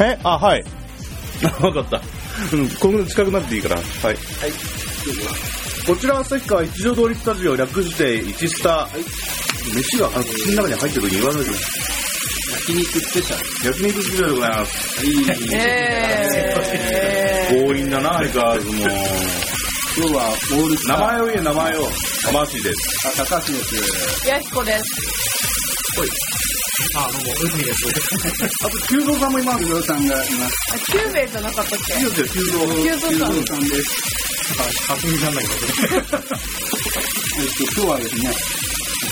えあ、 はい。分かった。うん、今後近くなっていいから。はい。こちらは旭川一条通りスタジオ略して一スタ。飯が、あ、口の中に入ってる時言わないで焼肉スペシャ焼肉好きでございます。ル。いい。え強引だな、相変わらずもう。今日はオールスタ名ー。前を言え、名前を。玉橋です。あ高橋です。ー、やひこです。あ、どうも、海です。あと、久保さんもいます。久保さんがいます。あ、9名じゃなかったっけですよ、急増。急増さん久保さんです。あ、初耳なんだけえっと、今日はですね、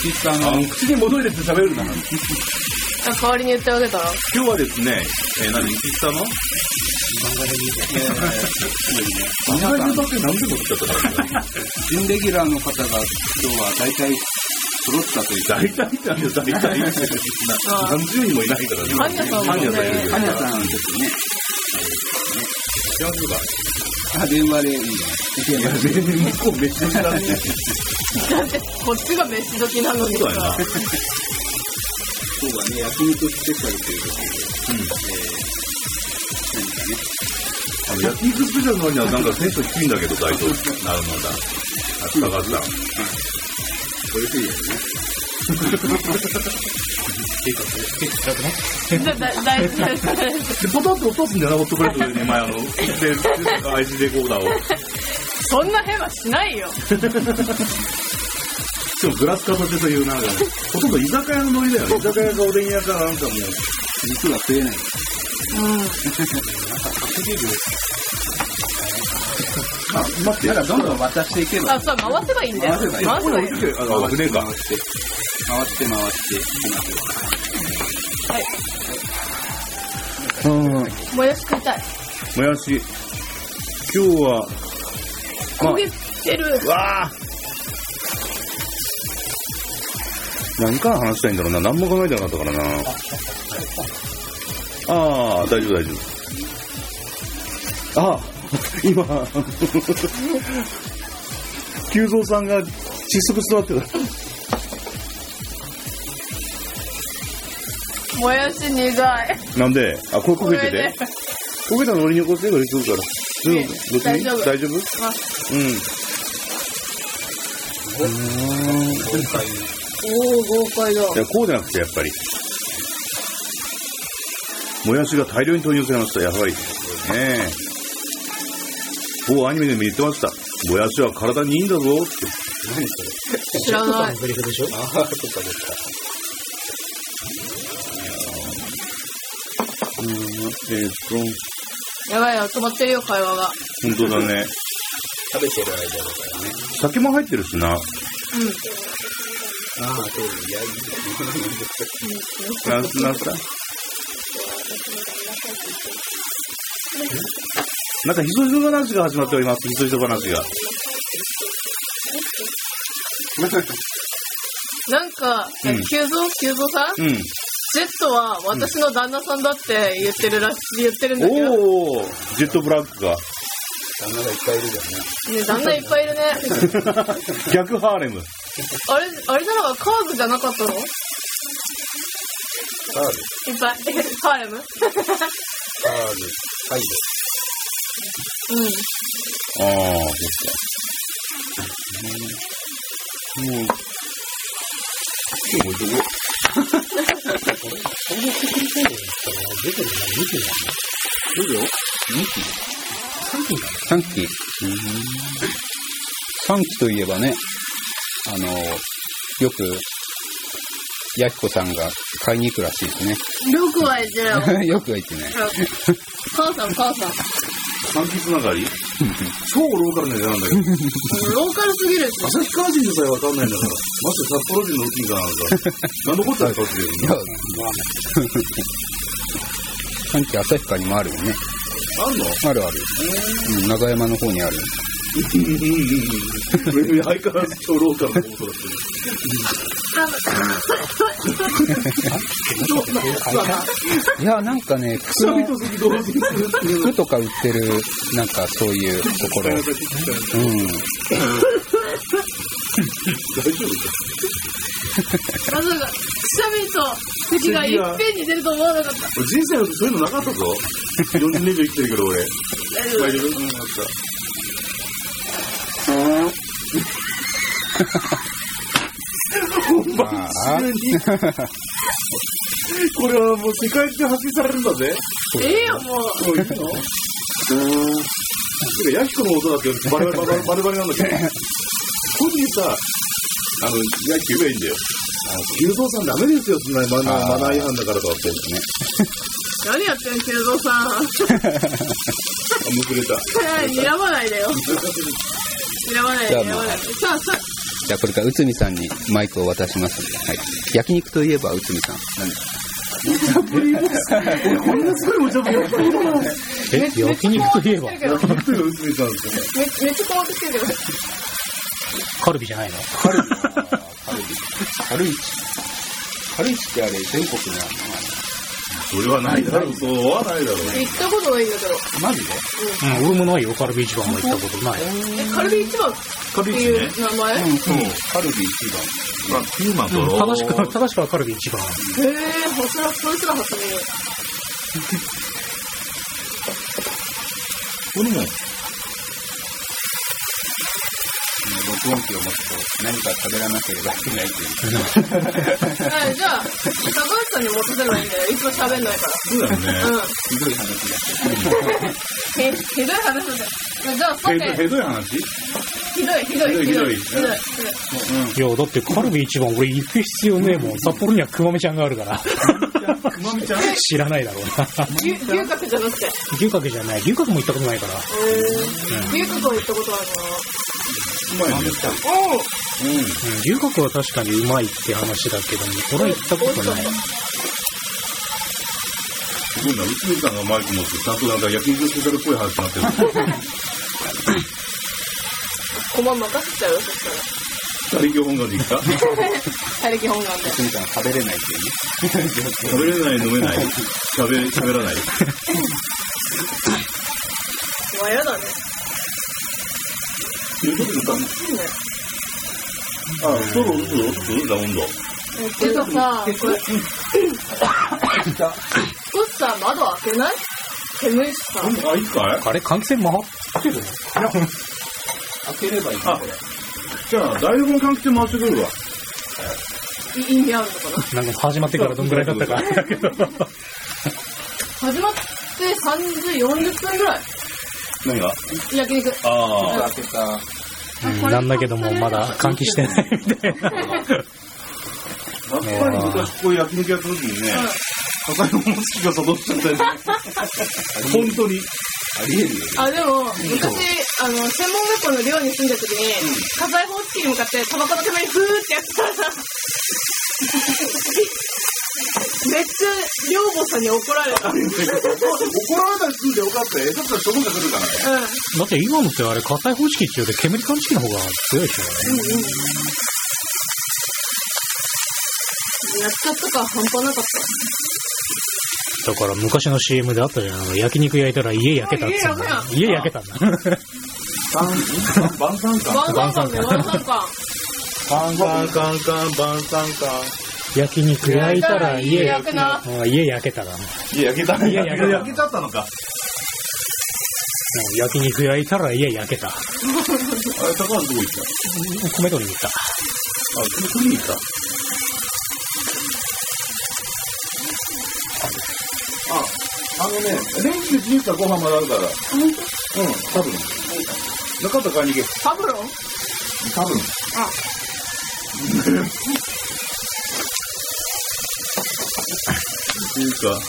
一スタの、あの、口に戻れて喋るな。あ、代わりに言ってあげたら。今日はですね、えー、何、一スタのえー、皆さ何んで、何でも来ちゃったから。準レギュラーの方が今日は大体揃ったというか、大体だよ、大体。な何十人もいないからね。パン屋さんもねパン屋さんいるけどカニさんですね、知らん人があ、電話でいいんいや、全然向こう別に知らんね。だって、こっちが飯時なのにそうやなさ。。今日はね、焼肉スペシャルということで、あの、焼肉スペシャルの割にはなんかテンション低いんだけど、大丈夫。なるほど。あったかった。美味しいですね。だ、だ、だいぶ、で、ポタッと落とすんじゃなかったから、ね、前あの、で、IC レコーダーを。そんな変はしないよ。しかもグラス片手という、なんか、ほとんど居酒屋のノリだよね。居酒屋かおでん屋かなんかもう、肉は食えない。うん。なんか、待って、だからどんどん渡していけば、あ、そう、回せばいいんだよ。回せばいい回せばいい。あの、危ねえか。回って回っていきますよ。もやし食いたい。もやし。今日は、焦げてる。わあ何から話したいんだろうな何も考えてなかったからなああ大丈夫大丈夫ああ 今久蔵さんが窒息座ってたもやし苦い。なんであこれ焦げてこれねて焦げたの俺に起こせばいいからいえ別に大丈夫大丈夫あうんおー、豪快だ。いや、こうじゃなくて、やっぱり。もやしが大量に投入されました、やはり。ねえ。某アニメでも言ってました。もやしは体にいいんだぞって。知らない。ど。セリフでしょえーっと、やばいよ、止まってるよ、会話が。本当だね。食べてる間だからね。酒も入ってるしな。ああ、そう、いや、いいなんなんすかなんか、ひそひそ話が始まっております、ひそひそ話が。なんか、うん急増急増さんうん。ジェットは私の旦那さんだって言ってるらし、言ってるんだけど。ね、おおージェットブラックが。旦那がいっぱいいるじゃんね。旦那いっぱいいるね。逆ハーレム。あれ、あれじゃなかったカーグじゃなかったのいっカール、ぱい。ハーレムうカーん。ル、タイル。ああ、そっか。もう、でも、これも作りたいんですから、出てるな、見てるいいよ。 3期3期。3期といえばね、あの、よく、やきこさんが買いに行くらしいですね。 よくは言ってない。よくは言ってない。母さん、母さん。三期つながり超ローカルな値段だけど。ローカルすぎるし。旭川人でさえわかんないんだから。まして札幌人の大きいからなんだ。なんのこっちゃったっていういや、まあ、3期旭川にもあるよね。あんのあるある。うん、長山の方にある。うんうんうんうん。相変わらず超ローカルなことだってる。いや、なんかね、くし服ゃみのと咳同時にするっていう。服とか売ってる、なんかそういうところ。うん。大丈夫かまさか、くしゃみと咳がいっぺんに出ると思わなかった。人生のそういうのなかったぞ。40年以上生きてるけど俺。大丈夫大丈夫うん、あった。本番中に。これはもう世界中で発信されるんだぜ。ええよ、もう。もういいのてか、ヤキコの音だけバレバレバレバレバレなんだけど。本人さ、あの、ヤキコ言えばいいんだよ。あの、急増さんダメですよ、そんなマナー、あマーナー違反だからとかって。何やってんの、修造さん。 あ、むくれた。睨まないでよ。睨まないで、じゃあ睨まないで。さあ、さあ、じゃあこれから内海さんにマイクを渡しますんで。はい。焼肉といえば内海さん。何こんなすごいお茶ぶりやったことない。めえ、焼肉といえばめっちゃ困ってきてるびっくりけどうつみたんですよね。めめっちゃ困ってきてるけど。カルビじゃないの軽い軽いってあれ、全国にあるそれはないだろう、そうはないだろう。行ったことないんだけど。のマジでうん、俺もないよ、カルビ一番も行ったことない。え、カルビ一番ってカルビいねう。名前うん、そう。カルビ一番。まあ、ピーマンとうんろ正しくは、正しくはカルビ一番。へえ、ほすら、そいつら初耳。これも、録音機を持つと何か食べらなければいけないという。え、じゃあ、高橋さんに持たせればいいんだよ。いつも喋んないかそうだよねら。。うん。ひどい話だへ、ひどい話だよ。じゃあ、さへて、どへどい話ひどい、ひどい、ひひどどいい、ひひどどいい。いや、だってカルビ一番俺行く必要ねえもん。札幌にはクマメちゃんがあるから。くまみちゃん 知らないだろうな。牛牛角じゃなくて。牛角じゃない。牛角も行ったことないから。へえ。牛角は行ったことあるうまいね。な。おう。うん、牛角は確かにうまいって話だけども、俺は行ったことない。すごいな、うつみさんがマイク持って、ちゃんとなんか焼肉スペシャルっぽい話になってる。駒任せちゃうよ、そしたら。二人業本願でいった他力本願で。みたいな食べれないっていうね。食べれない、飲めない、喋、喋らない。うわ、やだね。言うこと言ったのいいね。あ、そうそうそう、そうだ、温度。てかさ、これ、少しさ、窓開けない煙いしさ。温度、あ、いつかいあれ、換気扇回っ開ければいいあ、じゃあ、大学の換気扇回してくるわ。いい意味あるのかなて、なんか始まってからどんぐらいだったかあれだけど。始まって30、40分ぐらい。何が焼肉。ああ。開けた。うんなんだけども、まだ換気してないみたいな。やっぱり昔こういう焼肉やった時にね、火災の持ちが作動しちゃったよね。本当に。ありえるよ。あ、でも、昔、あの、専門学校の寮に住んだ時に、火災報知器に向かって、タバコの煙にふーってやってたらさ、めっちゃ寮母さんに怒られた。うん。怒られたりするんでよかったよ。下手したらそこが来るからね。だって今のってあれ、火災方式っていうより煙感知器の方が強いでしょ。やっちゃったから半端なかっだから昔の CM であったじゃん。あの焼肉焼いたら家焼けたって言ってたあ家焼けたんだ。バンサンた。カン。ワンサンカンね、ワンサンカン。バンサンカンカン、バンサンカン。焼肉焼いたら家焼くな。あ家焼けたな。もいや、焼けた。いや焼けたちゃったのか。う焼肉焼いたら家焼けた。あれ、高橋どこ行った米取りに行った。あ、こに行った。あ、あのね、レンジでチンしたらご飯まだあるから。うん、多分。なかったら買いに行け。パブロン多分。あ、っていうか、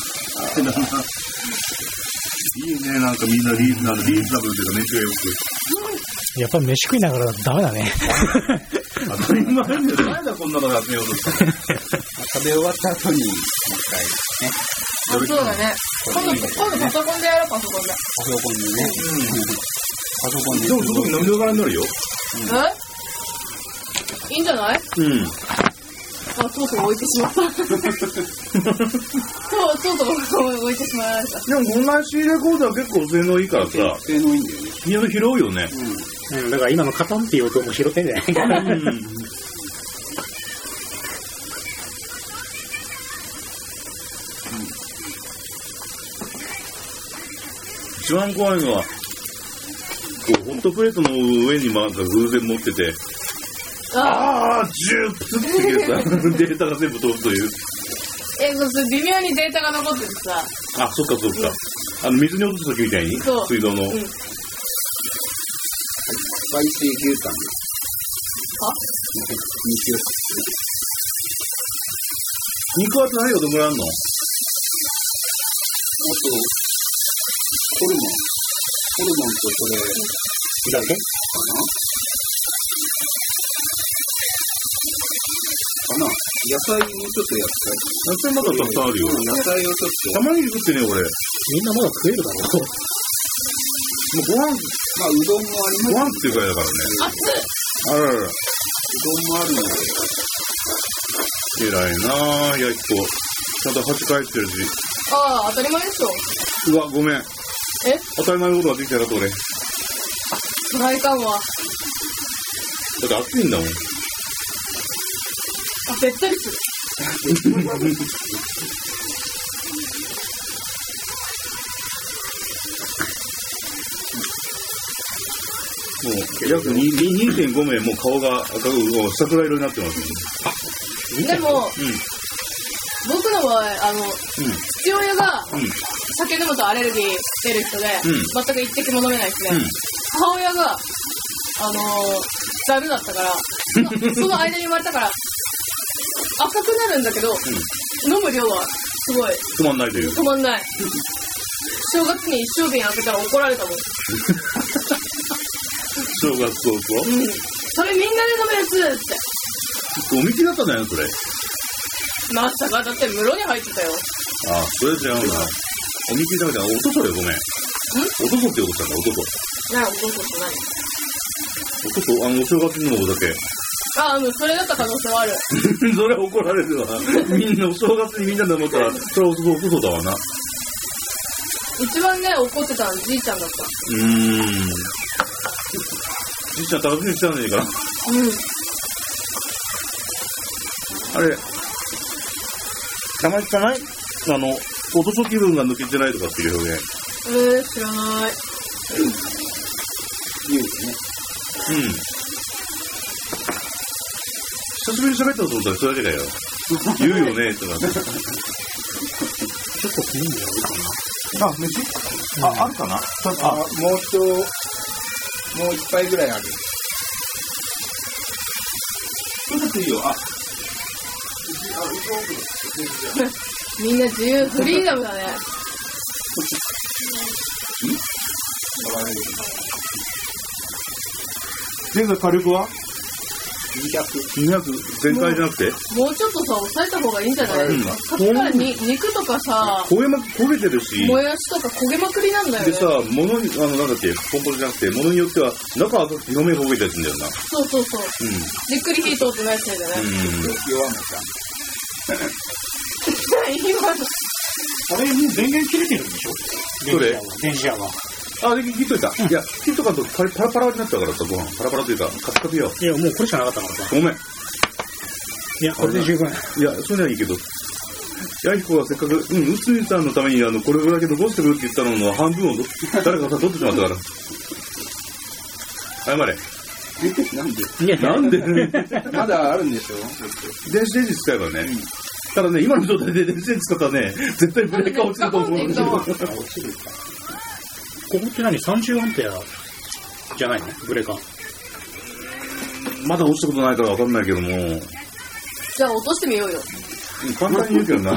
いいね、なんかみんなリーズナブル、リーズナブルというか、めっちゃよやっぱり飯食いながらだとダメだね。く。当たり前じゃないだ、こんなのやってよう として。食べ終わった後に、もう一回、そうだね。今度、今度パソコンでやろう、パソコンで。パソコンにね、パソコンに。でも、その時飲みながらになるよ。えいいんじゃないうん。あ、とうとう置いてしまった。そう、とうとう置いてしまいました。でも、こんな C レコードは結構性能いいからさ、性能いいんだよね。ピアノ拾うよね。だから今のカタンっていう音も拾ってんじゃないかな。一番怖いのは、こうホットプレートの上になんか偶然持ってて、あああ、ジュープって切れた データが全部飛ぶという。ーえ、そう、微妙にデータが残っててさ。あ、そっかそっか。あの水に落とす時みたいに、そう水道の。うん。スパイシー牛タンの肉厚何がどんぐらいあんのあと、ホルモン。ホルモンとこれ、だけかなかな野菜もちょっとやった野菜まだたくさんあるよ。野菜をちょっと、玉ねぎ食ってね、これ。みんなまだ食えるだろう。もうご飯、まあ、うどんもあごります。飯っていうくらいだからね。熱っあららら。うどんもあるので、偉いなぁ、やっこ。ちゃんと鉢返ってるし。ああ、当たり前でしょ。うわ、ごめん。え当たり前のことができたかと俺。だフライパンは。って暑いんだもん。あ、べったりする。もう、約2 2.5名、もう顔が赤く、もう桜色になってます、ね。でも、うん。僕の場合、あの、う父親がん。うん。酒飲むとアレルギー出る人で、うん全く一滴も飲めない人で、うん母親が、あのー、ダメだったから、そのその間に生まれたから、赤くなるんだけど、飲む量はすごいつまんないという。止まんない。正月に一升瓶開けたら怒られたもん。正月早々。うん。それみんなで飲めるやつって。おみきだったんじゃないのそれ。まさか、だって室に入ってたよ。あ、それ違うな。おみきだけど、男よ、ごめん。男ってことしたんだ、男。なんか、どうことない。男、あの、お正月のことだけ。あ、あの、それだった可能性はある。 それは怒られるわ。みんな、お正月にみんなで飲んだら、それは男だわな。一番ね、怒ってたのじいちゃんだった。うーん。じいちゃん楽しみにしてたんじゃないかうん。な。あれ、たまにかないあの、男気分が抜けてないとかっていう表現。えー、知らない。言うんですね。うん。久しぶりに喋ったと思ったらそれだけだよ。言うよね、とか。 結構気に入るよ。あ、飯あ、あるかなあ、もう一、もう一杯ぐらいある。そうだっていいよ。あ、みんな自由、フリーダムだね。現在火力は200。 ?200。全開じゃなくてもうちょっとさ、抑えた方がいいんじゃないうんさっきからに肉とかさ、焦げま、焦げてるし。もやしとか焦げまくりなんだよでね。さ、そう物に、あの、なんだっけ、ポンポンじゃなくて、物によっては、中赤くて表面焦げたやつんだよな。そうそう。じっくり火通ってないせいでね。うん。うん。弱めた。 今の、あれ、電源切れてるんでしょどれ電子屋は。あ、で、切っといた。いや、切っとかんとパリパラパラになったからさ、ご飯。パラパラというか、カピカピよ。いや、もうこれしかなかったからさ。ごめん。いや、これで十分。いや、それはいいけど。ヤヒコがせっかく、うん、内海さんのために、あの、これぐらいだけ残してくるって言ったのの半分をど、誰かさ、取ってしまったから。謝れ。なんでいや、なんでまだあるんでしょ電子レンジ使えばね。ただね、今の状態で電子レンジ使ったらね、絶対ブレーカー落ちると思う。ガコンっていこ落ちるか。ここって何 ?30 アンペアじゃないのブレーカー。 まだ落ちたことないからわかんないけども、じゃあ落としてみようよ。簡単に言うけどな。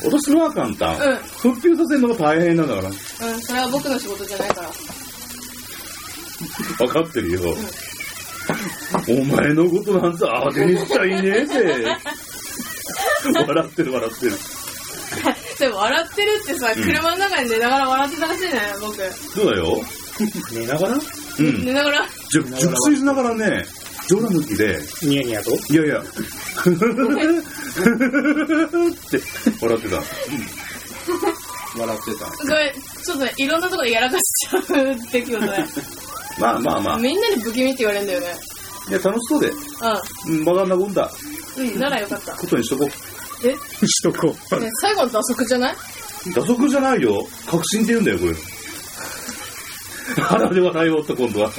落とすのは簡単。うん。復旧させるのが大変なんだから。うん、それは僕の仕事じゃないから。分かってるよ。お前のことなんざ当てにしちゃいねえぜ。笑ってる笑ってる。 でも笑ってるってさ、車の中に寝ながら笑ってたらしいね、僕。そうだよ。寝ながらうん。寝ながら、じゅ熟睡しながらね、冗談抜きで、ニヤニヤといやいや、ふふふふふって笑ってた。笑ってた。これ、ちょっとね、いろんなところでやらかしちゃう出来事ね。まあまあまあ。みんなに不気味って言われるんだよね。いや、楽しそうで、うん、バカなもんだ、うん。うん、ならよかった。ことにしとこ。え、しとこう。ね、最後の打足じゃない う打足じゃないよ。確信って言うんだよ、これ。腹で笑いをった、今度は。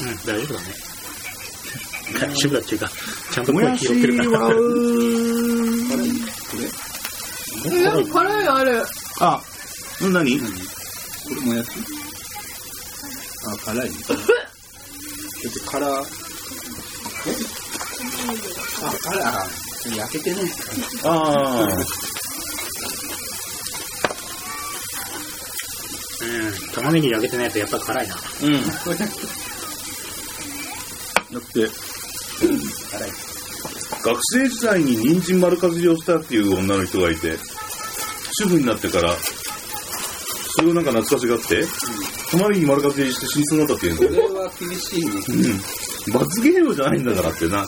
うん、大丈夫だね。大丈夫だっていうか、ちゃんともや声し拾ってるから。笑こう。うん、なんか辛いのある。あ、うん何これもやしあ、辛い。だって辛。あ、辛。あ焼けてない。あうん、玉ねぎ焼けてないとやっぱ辛いな。ーうん。だって、辛い。学生時代に人参丸かじりをしたっていう女の人がいて、主婦になってから、それをなんか懐かしがって、玉ねぎ丸かじりして死にそうになったって言うんだよこ。れは厳しいね。うん罰ゲームじゃないんだからってな。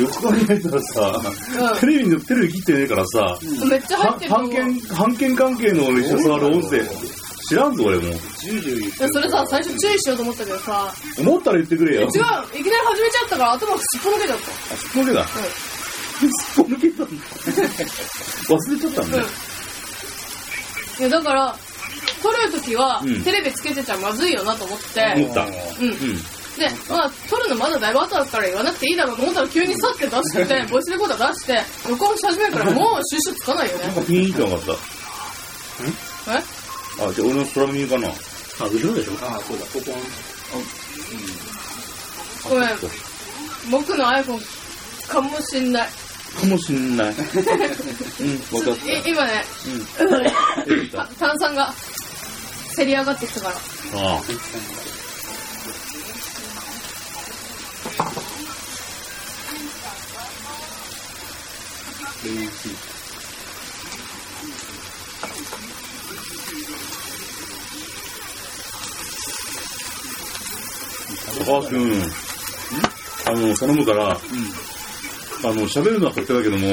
よく考えたらさ、テレビのテレビ切ってねえからさ、うん。めっちゃ入ってるとは思判う。件、判件関係の人触る音声、知らんぞ俺も。ジュージュー言っていやそれさ、最初注意しようと思ったけどさ、思ったら言ってくれ違う、いよ。きなり始めちゃったから頭がすっぽ抜けちゃっあ、すっぽ抜けだ。すっぽ抜けたんだ。忘れちゃったんた。うだん。。いや、だから、撮るときはうん、テレビつけてちゃまずいよなと思って、思った。うん。うん。で、まあ、撮るのまだだいぶ後だから言わなくていいだろうと思ったら急に去って出してボイスレコーダー出して、録音し始めるからもう収集つかないよなんね。かピンってなかっえた。あ、じゃあ俺のプラミンかな。あ、後ろでしょあ、そうだ、ここ。ごめん。僕の iPhone かもしんない。かもしんない。うん、わかっい今ね、た。うん。た炭酸がせり上がってきたから。ああ。高橋君、あの、頼むから、あの、喋るのは勝手だけども、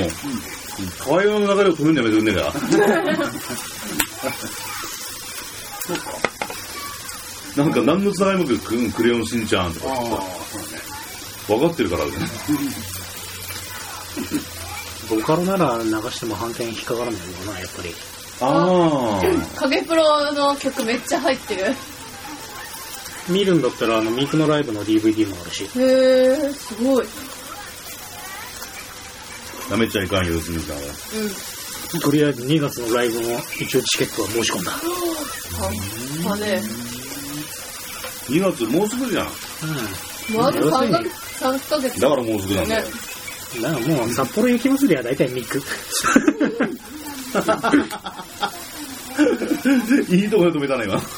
会話の流れを止めるのやめてくんねえか。なんか何のつながりもなく、クレヨンしんちゃんとか、ああ、そうね。分かってるからね。ボカロなら流しても反転引っかからないもんな、やっぱり。あ影プロの曲めっちゃ入ってる。見るんだったら、あの、ミクのライブの DVD もあるし。へー、すごい。あ。なめちゃいかんよ、すみさんは。うん。とりあえず2月のライブも一応チケットは申し込んだ。あ、あね、 2月もうすぐじゃん。うもうあと3ヶ月、三ヶ月だからもうすぐなんだよ。ね。ん。だからもう、札幌雪祭りは大体ミク。いいとこで止めたね、今。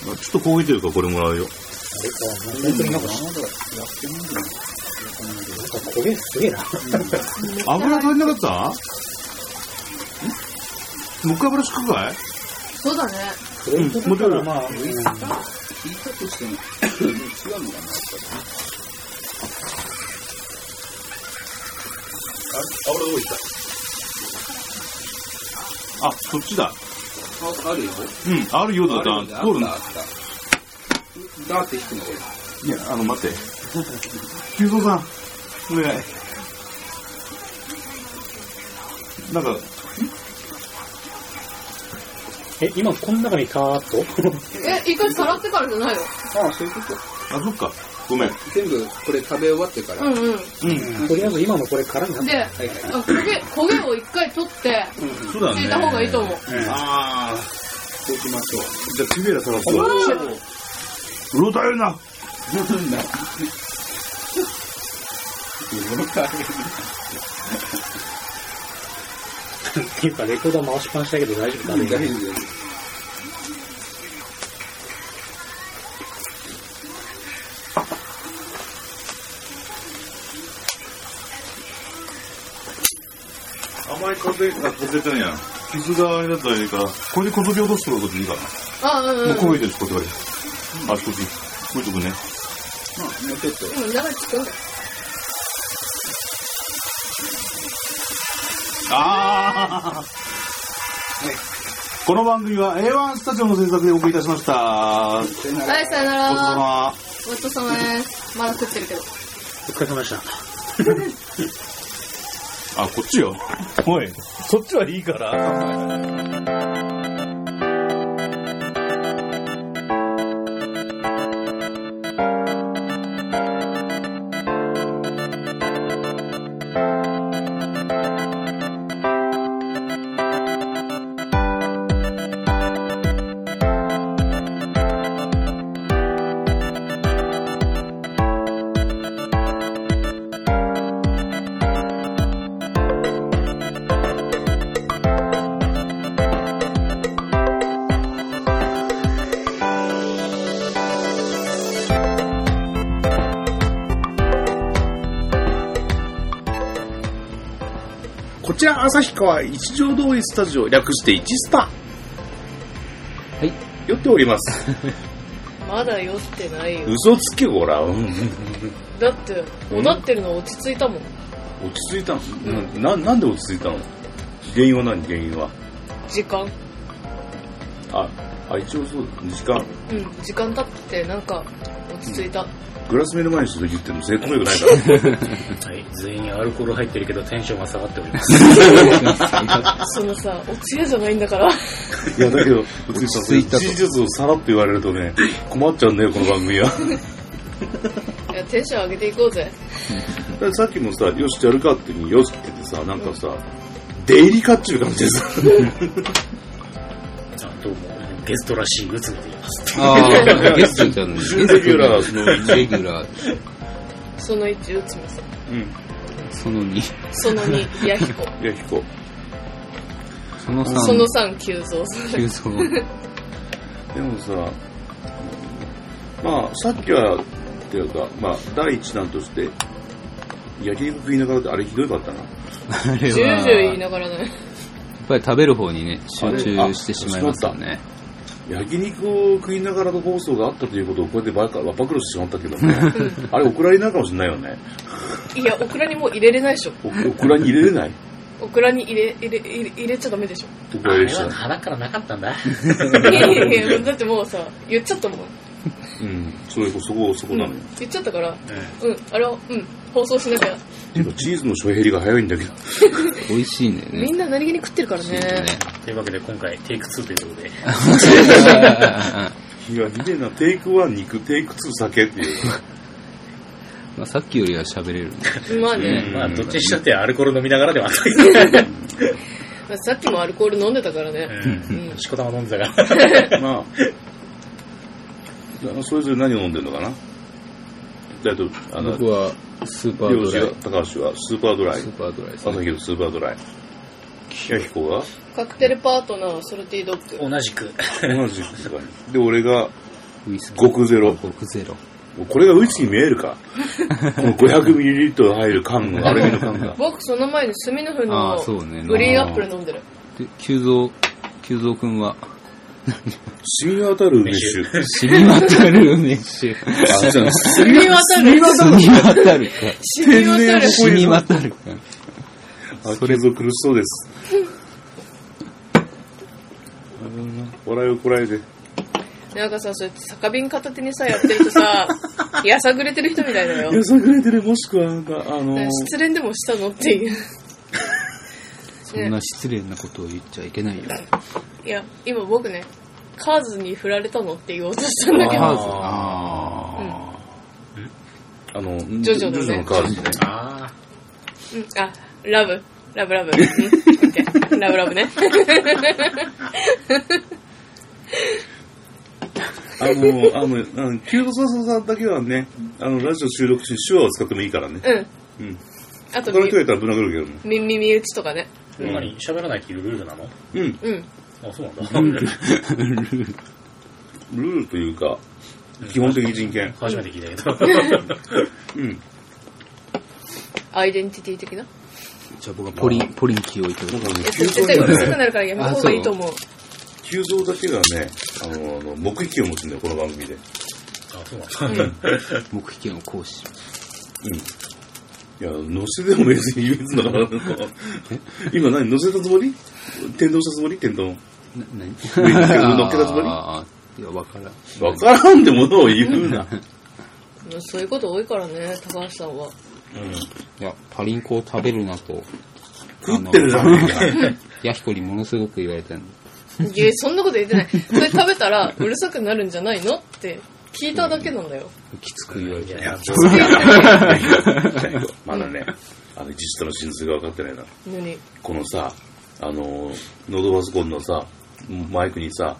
ちょっとこう見てるからこれもらうよ。本当になんか、これすげえな。油足りなかったもう一回油敷くかいそうだね。うん、もちろん、まあ、聞いたとしても、違うのかな。油どこ行ったあ、そっちだ。あ、あるよ。うん、あるよだあっるたら。よあ通るっのた、あった。だって引くの、これ。いや、あの、待って。急増さん、お願い。なんか、え、今この中にカーッとえ、一回さらってからじゃないよ。ああ、そういうこと。あ、そっか。ごめん。全部これ食べ終わってから。うんうん。うん。とりあえず今のこれ殻になってで、あはいはい。焦げ、焦げを一回取って、そうだね。入れた方がいいと思う。ああ。そうしましょう。じゃあ、チビエラさらっと。うろたえるな。なんだ。うろたえるっていうかレコーダー回しっぱなしだけど大丈夫か大丈夫ね、大丈夫。甘い風、あ、風じゃんや。傷があれだったらいいから、これでこそぎ落としておくことでいいかな。あ、うんうん。もうう声です、これ。あそこに。こういうとこね。まあ、もうちょっと。ん、だから違う。ああ。この番組は A1 スタジオの制作でお送りいたしました。さよならはい、さよなごちそうさま。ら。ごちそうさまです。まだ食ってるけど。お疲れ様でした。あ、こっちよ。おい、そっちはいいから。こちら旭川一条通りスタジオ略して一スタはい酔っておりますまだ酔ってないよ。嘘つけごらうんだって、おなってるの落ち着いたもん。落ち着いたの、うななんで落ち着いたの原因は何原因は時間。ああ一応そう時間うん、時間経って、なんか、落ち着いた。グラス目の前にして言っても成功よくないからはい、全員アルコール入ってるけどテンションが下がっております。そのさ、落ち屋じゃないんだから。いやだ けど落ち着いたと事実をさらっと言われるとね困っちゃうんだよこの番組はいや、テンション上げていこうぜ。だから さっきもさよしやるかって言うによしって言ってさなんかさ出入りかっちゅう感じでさあどうも、ゲストらしい鬱がいます。ああ、ゲストじゃない。ゲ準レギュラーそのストレギュラー、その1、内海さん。その2、その2、弥彦。いや彦そのその3、 3、急増さん。急 増。でもさ、まあ、さっきは、っていうか、まあ、第一弾として、焼肉食いながらってあれひどいかったな。あれジュージュー言いは、ながらね。やっぱり食べる方にね、集中してしまいますよね。焼肉を食いながらの放送があったということをこうやってバカ、わ暴露してしまったけど ね。あれ、オクラになるかもしれないよね。いや、オクラにもう入れれないでしょ。オオクラに入れれないオクラに入れ、入れ、入れ入れちゃダメでしょ。オクラ入れちゃう。腹からなかったんだ。いやいやいや、だってもうさ、言っちゃったもん。うん。それこそこ、そこうなのよ。ん、言っちゃったから、うん、あれは、うん、放送しなきゃ。ていうか、チーズの消費減りが早いんだけど。美味しいんだよねみ。んな何気に食ってるから美味しいね。というわけで今回テイク2ということで、 んだよねいや、見てえな。テイク1肉、テイク2酒っていう。まあさっきよりは喋れるね。まあうね、んまあどっちにしたってアルコール飲みながらではあったけまあさっきもアルコール飲んでたからね。うど、ん、しこたま飲んでたか ら。まあ、それぞれ何を飲んでるのかなだと、あの、僕はスーパー漁ド師ラがイ。高橋はスーパードライス。ーパードライです朝ね。日のスーパードライ。ヤヒコがカクテルパートナー、ソルティドッグ。同じく。同じくらいで、俺がウイスキー極ゼロ。極ゼロ。これがウイスキーに見えるか。この 500ml 入る缶 が、アルミの缶が。僕、その前にスミノフあのあ、そうね。グリーンアップル飲んでる。で、急増、急増くんは、染み渡る梅酒。染み渡る 梅酒。あそう染み渡る染み渡るか。染み渡る染み渡るか。あそれぞ苦しそうです。笑いをこらえて。なんかさ、そうやって酒瓶片手にさ、やってるとさ、やさぐれてる人みたいだよ。さぐれてる、もしくは、なんか、あの失恋でもしたのっていう。そんな失礼なことを言っちゃいけないよ。いや、今僕ね、カーズに振られたのって言おうとしたんだけど、カあーズああの、ジョジョのねのカードね。あ。うん、あラブ、ラブラブ。うん OK ラブラブね。あの、 あの、あのキュートソソさんだけはね、あの、ラジオ収録中に手話を使ってもいいからね。うん。うん。あと他の人やったらぶん殴るけみ、み、耳打ちとかね。どね。何喋らないっていうルールなのうん。うんうん。あ、そうなんだ。ルールというか、基本的人権。初めて聞いたけど。うん。アイデンティティ的な。じゃあ僕はポリン、ポリンキーをいただだきかまらねえ、、そ急れ増だよ絶対うるさくね、なるからやめた方がいいと思う。急増だけがね、あの、あの目撃を持つんだよ、この番組で。あ、そうなんんだだ。す。目標を行使。いや、乗せても別に言うんだから。今何乗せたつもり転倒したつもり転倒。な、なに乗っけたつもり あーいや、わからん。わからんでものを言うな。うんそういうこと多いからね、高橋さんは。いや、パリンコを食べるなと、食ってるじゃねえか。ヤヒコにものすごく言われたんで。いや、そんなこと言ってない。これ食べたらうるさくなるんじゃないのって聞いただけなんだよ。きつく言われいた。や、まだね、あの、自治体の真相が分かってないな。何このさ、あの、ノードパソコンのさ、マイクにさ、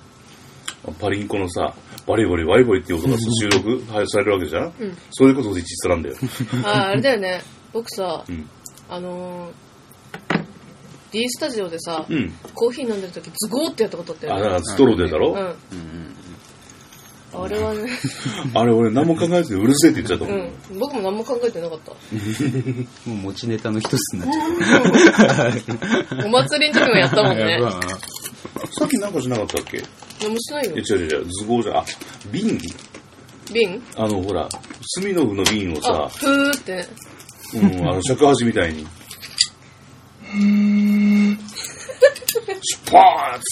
パリンコのさ、バリバリワイバリっていう音がさ収録配信されるわけじゃん、うんそういうことで実質なんだよ。あ、あれだよね。僕さう、ん。あのー、D スタジオでさ、うん。コーヒー飲んでるときズゴーってやったことあったあ、よだかね。らストローでだろ、ううんん。あれはね、あれ俺何も考えずにうるせえって言っちゃったもん。うん。僕も何も考えてなかった。もう持ちネタの一つになっちゃっお祭りの時もやったもた。んね。ばさっきなんかしなかったっけ何もしないよえ、違。う違う違う、図工じゃん。あ、瓶瓶あの、ほら、スミノフの瓶をあ、さ、ふーってね。うん、あの、尺八みた いに。シュッパーッ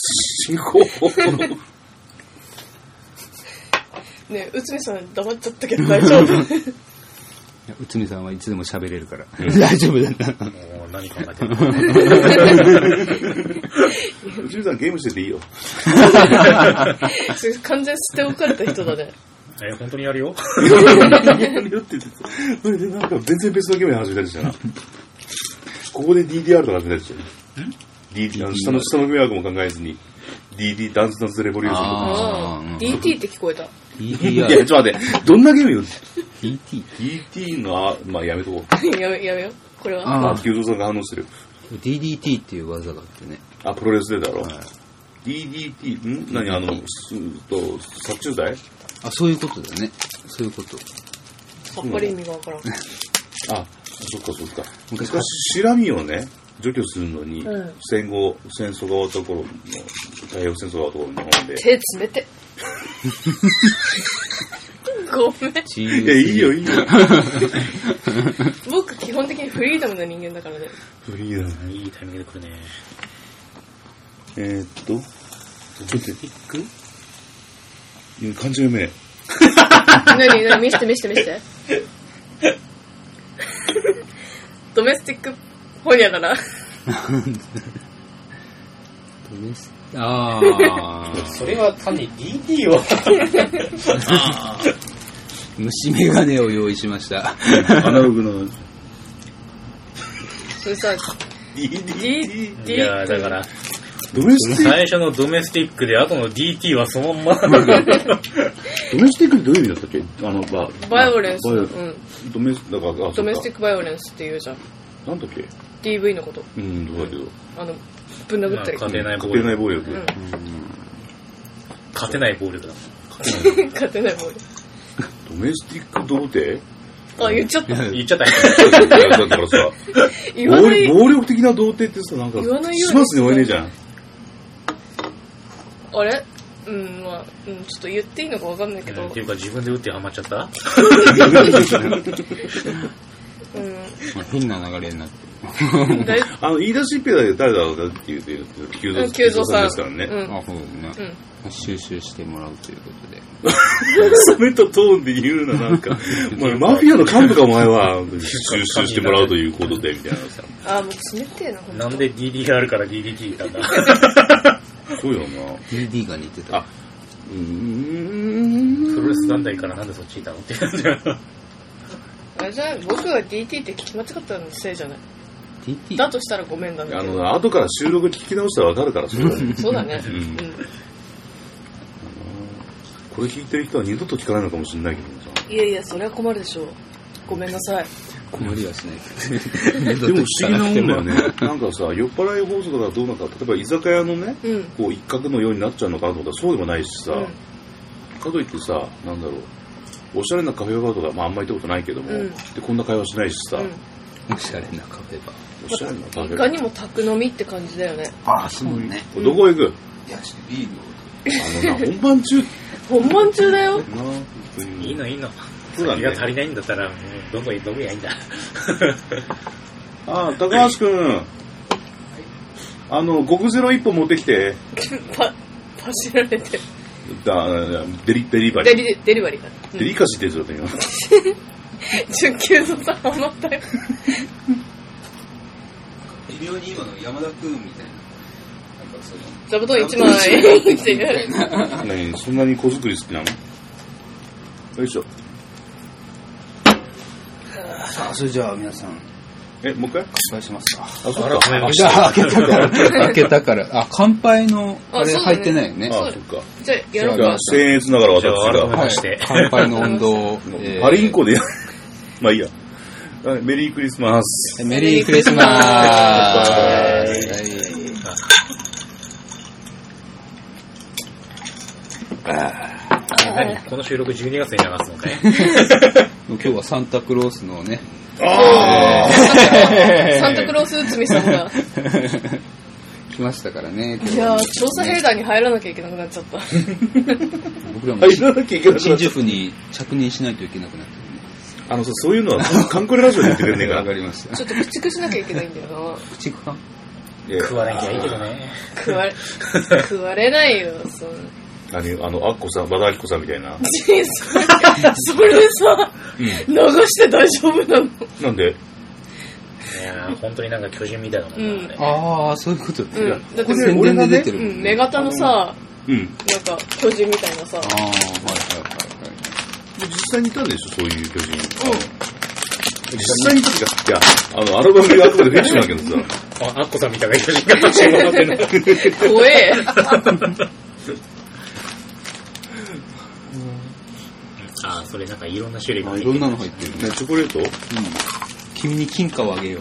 進行ね内海さん黙っちゃったけど大丈夫いや内海さんはいつでも喋れるから。 大丈夫だ な。もう何考えてる のうちみさんゲームしてていいよ。完全捨て置かれた人だね。え、本当にやるよよって言ってそれでなんか全然別のゲームや始めたりしたな。ここで DDR とか始めたりしたよ。DD、あの下の下の迷惑も考えずに、DD、ダンスダンスレボリューションとか。ああーあ、DT って聞こえた。 いや、ちょっと EDR、待って、どんなゲームよ DT、 ?DT の、あまあやめとこう。やめ、やめよ。これは。あああ、急増さんが反応してる。 DDT っていう技があってね。あ、プロレスでだろ。はい DDT、ん何あの、すうんと、殺虫剤あ、そういうことだね。そういうこと。さっぱり意味がわからん。あ、そっかそっか。昔昔、シラミをね、除去するのに、うん戦後、戦争が終わった頃の、太平洋戦争が終わった頃の日本で。手冷て。 ごめん。いや、いいよ、いいよ。僕基本的にフリーダムな人間だからね。フリーだね。いいタイミングで来るね。えー、っと、ちょっと、ピックうん、漢字読めね何何見して見して見して。ドメスティック本屋だな。ああ、それは単に DT を。虫眼鏡を用意しま した。え。アナログの。それさ、 DDT。いや、だから、ドメスティッ最初のドメスティックで、後の DT はそのまんま。ク、ドメスティックってどういう意味だったっけあの、ば、バイオレンス。バイオうん。ドメス、だから、あ、そっかドメスティックバイオレンスって言うじゃん。なんだっけ DV のこと。うん、どうだけど。あの、ぶん殴ったり。勝てない暴家庭内力。暴力。うん。勝てない暴力だ。 勝てないもん。ドメスティック童貞 あ、言っちゃった。言っちゃった。だからさ、言わ暴ない力。暴力的な童貞ってさ、なんか、言わないようにしますに終わねえじゃん。あれうん、まあ、うん、ちょっと言っていいのかわかんないけど、っていうか、自分で打ってハマっちゃった まうあ変な流れになってる。ん、だいあの、言い出しっぺだけど誰だろうだって言うて、急うん、増急増さん。ですからね。うん。あ、そうだね。うん。収集してもらうということで。冷めたトーンで言うな、なんか。お前、マフィアの幹部か、お前は。収集してもらうということで、みたいなさ。あー、もう冷てえな、ほんとなんで DD があるから DDT なんだ。そうよな。 DD が似てた。あうん。プロレス団体からなんでそっちいたのって感じだよあれじゃない僕が DT って聞き間違ったのせいじゃない。 DT? だとしたらごめんだね。あの、後から収録聞き直したらわかるから、それは。そうだね。うんうこれ聞いてる人は二度と聞かないのかもしれないけどさ。ん。いやいや、それは困るでしょう。ごめんなさい。困りはしないけど。でも不思議なもんだよね。なんかさ、酔っ払い放送とかどうなんか、例えば居酒屋のね、うん。こう一角のようになっちゃうのかなと思ったらそうでもないしさ、うんかといってさ、なんだろう、おしゃれなカフェバーとか、まああんまり行ったことないけども、うんでこんな会話しないしさ、うんおしゃれなカフェバー。おしゃれなカフいェかバにも宅飲みって感じだよね。ああ、そうね。ー。どこ行くいや、いいあのの。な、本番中って本番中だ よ。な、本当にいいのいいの。そうだね気が足りないんだったら、もうどんどん飲むやいいんだ。 あ、高橋くん、あの、極ゼロ一本持ってきて、パ、パシられて。だデリデリバリデー。リ、デリバリーだ。デリカシーって言うんですよ、純急のさ、あのタイプ。微妙に今の山田くんみたいな。なんかその、座布団一枚。っていう。 だけど何そんなに子作り好きなのよいしょ。さあ、それじゃあ皆さん、え、もう一回乾杯しますか。あ、そっか。あ、じゃあ開けたから、開けたから。あ、乾杯の、あれ入ってないよね。あ、そっか。じゃあ、やろうじゃあか。、僭越ながら私じゃあ改めが、てはいして。乾杯の温 度を。えーパリンコで、 まあいいや。はいメリークリスマス。 メリークリスマス。はい何この収録12月に流すのかい今日はサンタクロースのね、サンタクロース内海さんが。来ましたからね。いやー、調査兵団に入らなきゃいけなくなっちゃった。僕らもはい、いらなきゃいけなくな新っちゃっ宿に着任しないといけなくなってるねたあのさ、そういうのは、カンコレラジオで言って くれねえか。わからりました。ちょっと駆逐しなきゃいけないんだよな。口くかいや食わなきゃいいけどね。 食われ、食われないよ、そんな。何あの、アッコさん、和田アキコさんみたいな。えそれそれさ、流して大丈夫なのなんで、いやー本当になんか巨人みたいなもんなんで。ああ、そういうこと。うん。だってこれさ、宣伝で出てうるもんん、ね。目型のさ、うん。なんか、巨人みたいなあ、さあ、はいはいはいはい。実際にいたんでしょ、そういう巨人。実際にいたっていうか、いや、あの、アルバムがあくまでフィクションだけどさ、あ、アッコさんみたいな巨人が立ち上がってんの。怖え。あー、それなんかいろんな種類があ入っいてろるんなの入ってるね。ね、チョコレート君に金貨をあげよう。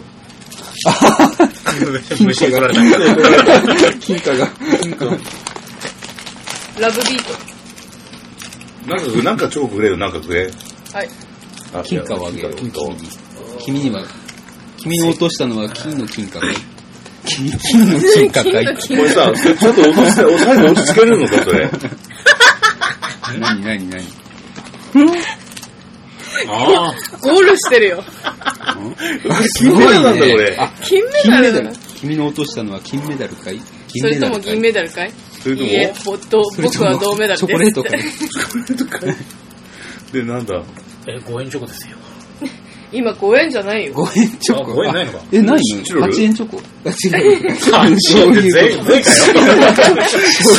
虫に取られた。 金貨が。ラブビーなんか、なんかチョコくれよ、なんかくれ。ト。はい。あ金貨をあげよう。金君貨をに。君には、君に落としたのは金の金貨が。君金の金貨 かい。これさ、ちょっと落として、最後落ち着けるのか、それ。何何何あゴールしてるよ。すごいなんだ、これ。あ、金メ金ダメルダだルな。。君の落としたのは金メダルかいそれとも銀メダルかいそれいともいえ、ぼっとそれと僕もは銅メダルです。チョコレートかいで、なんだ。ー。え、5円チョコですよ。今5円じゃないよ。 ?5 円チョコ。あ五円ないのかあえ、ないチロのル ?8 円チョコ。あ、違う。そういうこと。全かよ。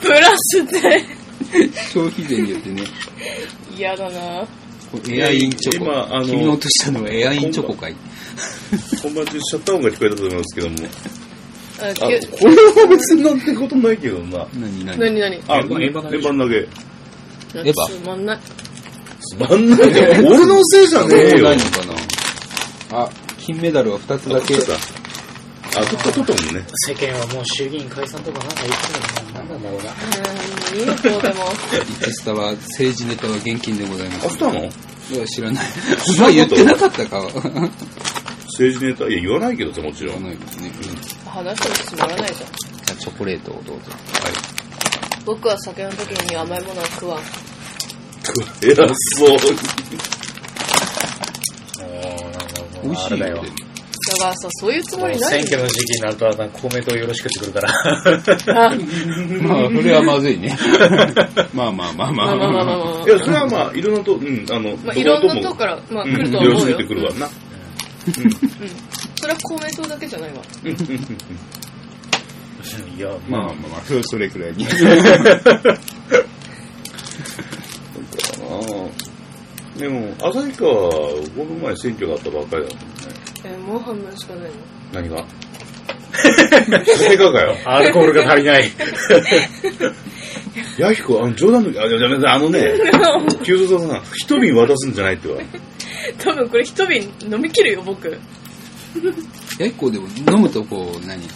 プラスで。消費税によってね。嫌だなエアインチョ今あコ。の君の落としたのはエアインチョコかい本番中シャッター音が聞こえたと思いますけども。ああ、こきれは別になんてことないけどな。何何何何あ、円盤円円盤投げ盤投げ。エヴァつまんない。盤投げ俺のせいじゃねえよ。ないあのかなあ、金メダルは2つだけ取っ。た。あ、取った取ったもんね。世間はもう衆議院解散とかなんか言ってるのなんなんだろうな。うんいいよ、どうでも。イチスタは政治ネタは現金でございまあ、すし。たのいや、知らない。まあ言ってなかったか。政治ネタ。いや、言わないけどさ、もちろこん。のようにね。じ話してもつまらないじゃゃん。あチョコレートをどうぞ。僕は酒の時に甘いものは食わん。偉そうに。もう、なんかも美う、味しあいよれだよでも。だからさ、そういうつもりない選挙の時期になると、あの公明党よろしくってくるから。あまあ、それはまずいね。まあまあまあままあまあまあまああ。まあい。や、それはまあ、いろんなと、うん、あの、まあ、どこといろんもなとこから、まあ、うん来るとはよろ思しうくよ。ってくるわな。うん。それは公明党だけじゃないわ。いや、まあままあまあ、それそれくらいに。でも、旭川、5分前選挙があったばっかりだもんね。えーもう半分しかないの。何が旭川かよ。あ、アルコールが足りない。ヤヒコ、あの、冗談の、あ、じゃあ、あのね、急須さん、一瓶渡すんじゃないってわ。 多分これ一瓶飲み切るよ、僕。結構でも、飲むとこう、何こ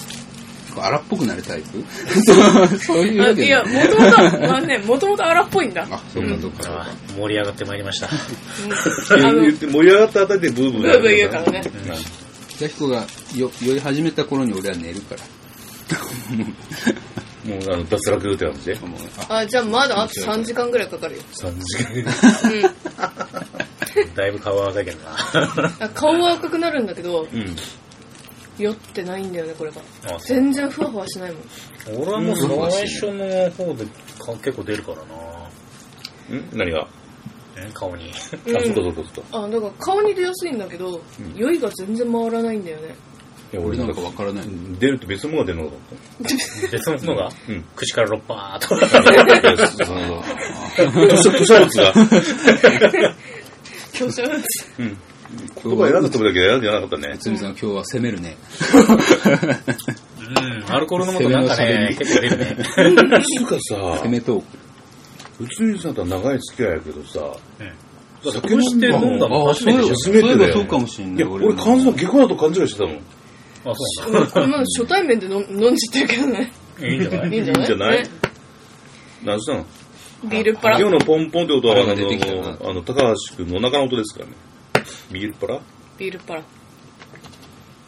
う荒っぽくなるタイプそうそういうあわけいじゃや、なもいともと、 まあね、もともと荒っぽいんだ。あ、そうかそうかそうあか。 盛り上がってまいりました。うんあの、言って、盛り上がったあたりでブーブーブなるーブー言うからね。ヤヒコがよ酔い始めた頃に俺は寝るから。もう、あの、脱落予定なんですね。もうああ、じゃあまだあと3時間ぐらいかかるよ。 3時間。うん。だいぶ顔は赤いけどな。あ顔は赤くなるんだけど、うん。酔ってないんだよね、これが。あそう全然ふわふわしないもん。俺はもう最初の方で顔結構出るからな。ん何がえ顔に。あ、そうっかんそっかそっか。あ、だから顔に出やすいんだけど、酔いが全然回らないんだよね。いや、俺俺ななんんかかわ、からない。出ると別のものが出るのかと別ののが、うん口からロッパー思と。った。いやそその図書図書物が。強者打つ。うん。言葉選んだと思うだけど選んじゃなかったね。つみさん今日は攻めるね。うん、アルコールのもとなんかね、結構出るね。つうかさ攻、めトーク。宇都宮さんとは長い付き合いやけどさ、そこして飲んだのあ、初そうめいてえば、じ初そうめいてだよえばそうかもしんいない。や、俺も肝臓下戸だと勘違いしてたもん。ゃん。あ、そううん こんなの初対面で飲ん飲んじってるけどね。なのいいんじゃないいいんじゃいいないんじゃないね何したのビールっ今腹。日のポンポンって音は、あ腹が出てきたなの、あの高橋君のお腹の音ですからね。ビールパラビールっ腹。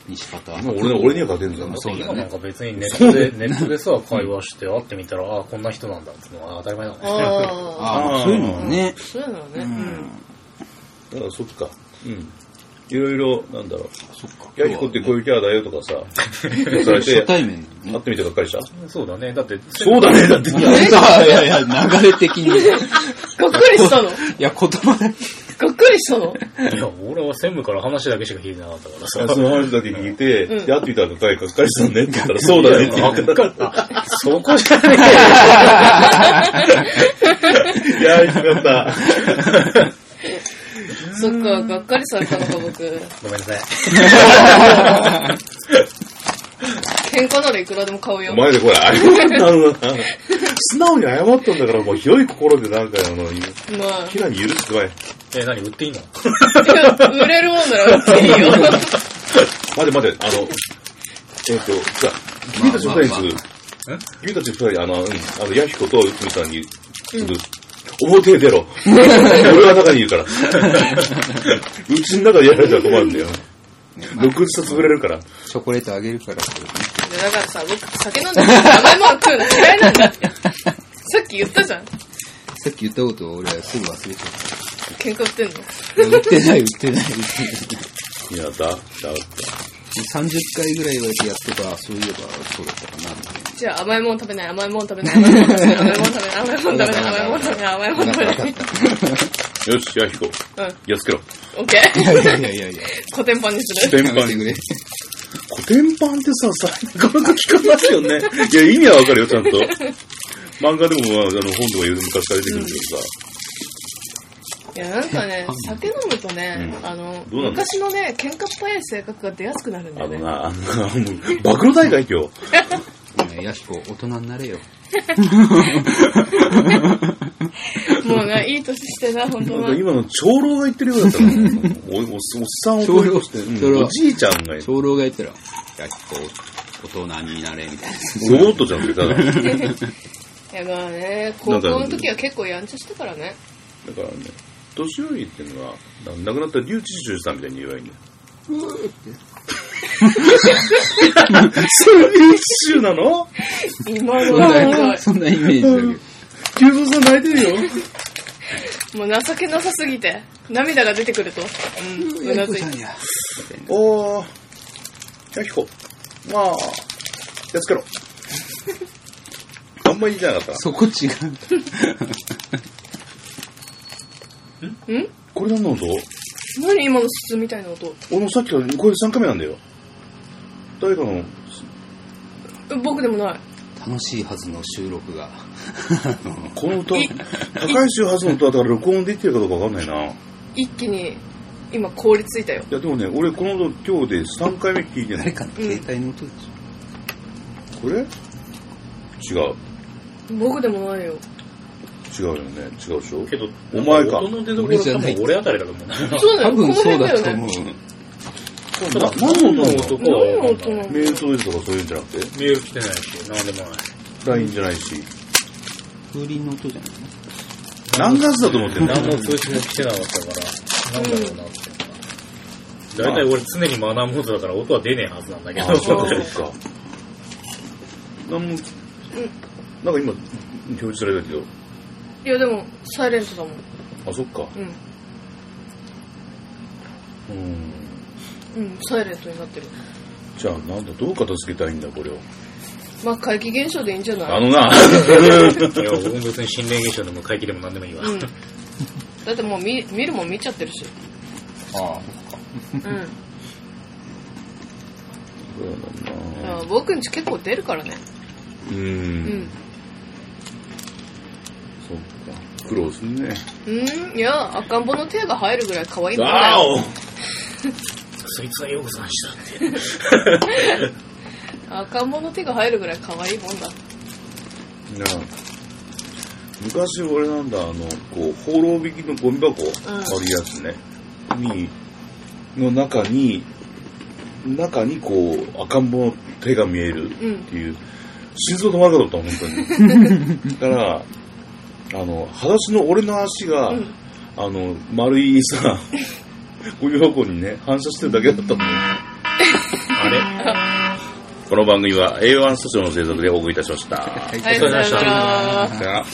西方。まあ俺俺には勝てんじゃん。そうだ今なんね。か別にネットで、ネットでさ、会話して会ってみたら、あこんな人なんだっていうのは当たり前だもんね。ああ、あまあ、そういうのもね。そうなのね。ううん。ん。だからそっか。うん。いろいろ、なんだろう。そっか。ヤヒコってこういうキャラだよとかさ、それ初で会対面だよっね。てみてがっかりしたそうだね。だって、そうだね、だって。いや、いやいや、流れ的に。いがっかりしたのがや、言葉だけ。っかりしたのいや、俺は専務から話だけしか聞いてなかったからそさ。の話だけ聞いて、うんで、会ってみたらがっかりがっかりしたねって言ったら、そうだねって言ってたあそこじゃねいやー、よかった。そっか、がっかりされたのか、僕。え。ごめんなさい。喧嘩ならいくらでも買うよお。前でこれ、謝ったのだな。素直に謝ったんだから、もう広い心でなんか、あの、まあ、キラに許してこい。え、何売っていいの売れるもんなら売っていいよ。待て待て、あの、えっ、と、じゃあ君たち二人にする。君たち二人、あの、うん、あの、ヤヒコと内海さんにする。表へ出 ろ。俺は中にいるから。うちの中でやられたら困るんだよ。6つ潰れるから。チョコレートあげるから、これね。でだからさ、僕、酒飲んでるから甘いもの食うの嫌いなんだって。さっき言ったじゃん。さっき言ったことを俺はすぐ忘れちゃっ喧嘩売ってんの。た。いや売ってない、売ってない、売ってない。いやだ、だ、だ。 30回ぐらい言われてやってば、そういえばそうだったかな、みたいな。じゃあ甘いもの食べない、甘いもの食べない、甘いもの食べない、甘いもの食べない、甘いもの食べない、甘いもの食べない、甘いもの食べよし、ヤヒコ、ない。やっつけろ。うん、オッケー。いやいやいやいや、コテンパンにす る。天やめ板てくれ。古典版ってさ、さ、なかなか聞かないよね。いや、意味はわかるよ、ちゃんと。漫画でも、まあ、あの、本とか読んで昔から出てくるけどさ。いや、なんかね、酒飲むとね、あの、どうなの昔のね、喧嘩っ早い性格が出やすくなるんだあよのね。な、あのな、もう、暴露大会今日。ねヤシコ、大人になれよ。もうね、いい年してな、本当なん かは。今の長老が言ってるようだった からね。おおおっさんを長老して、長うん老おじいちゃんが、長老が言ったら、ヤシコ、大人になれ、みたいな。ロボットじゃんって言ったら。だかいや、まあね、高校の時は結構やんちゃしてからね。らね、年寄りっていうのは、な亡くなった竜智中さんみたいに言えばいいんだよ。そういう中なの今のそんはひどな、そんなイメージだけど。竜智さん泣いてるよ。い。もう情けなさすぎて、涙が出てくると、うん、うなずいて。や。おー、よしこ。まあ、やっつけろ。あんまり言いたかったな。そこ違う。んこれ何の音何今の筒みたいな音俺もさっきからこれ3回目なんだよ。誰かの、え僕でもない楽しいはずの収録が。この歌、高石発の歌だから録音できてるかどうかわかんないな。い一気に今凍りついたよや、でもね、俺この音今日で3回目聞いてな誰い。かの携帯の音でしこれ違う。僕でもないよ違うよね。違うでしょけど、お前か音の出俺所じゃ多ない分俺あたりだと思うな。そうょ。だ よ多分そうだとこの辺思う。ただ、何の音なの何の音かは分音かんなのないメール届いてとかそういうんじゃなくて、メール来てないし、なんでもない。 LINE じゃないし。風鈴の音じゃない何月だと思ってんだ何も通知も来てなかったから、なんだろうなって。大体 俺常にマナーモードだから音は出ねえはずなんだけあ、ど。そうかうそうか。なんも、なんか今、表示されたけど、いやでもサイレントだもんあ、そっか。ううん。んうんサイレントになってるじゃあ、なんだ、どう片付けたいんだ、これを。まあ怪奇現象でいいんじゃなあいのな、いや、俺も別に心霊現象でも怪奇でも何でもいいわ。うんだってもう見見るもん見ちゃってるしああ。 うんそうだなあ僕んち結構出るからねう。うんんそっか。苦労するね。うんいや赤ん坊の手が入るぐらい可愛いもんだあよおそいつはようこさんしたって。赤ん坊の手が入るぐらい可愛いもんだなあ昔俺なんだ、あの、こう、放浪引きのゴミ箱、んあるやつね、に、の中に、中にこう、赤ん坊の手が見えるっていう、心臓止まるかと思った、本当に。だから、あの、裸足の俺の足が、うんあの、丸いさ、ゴミ箱にね、反射してるだけだったのあれこの番組は A1 スタジオの制作でお送りいたしました。ありがとうございましたさあ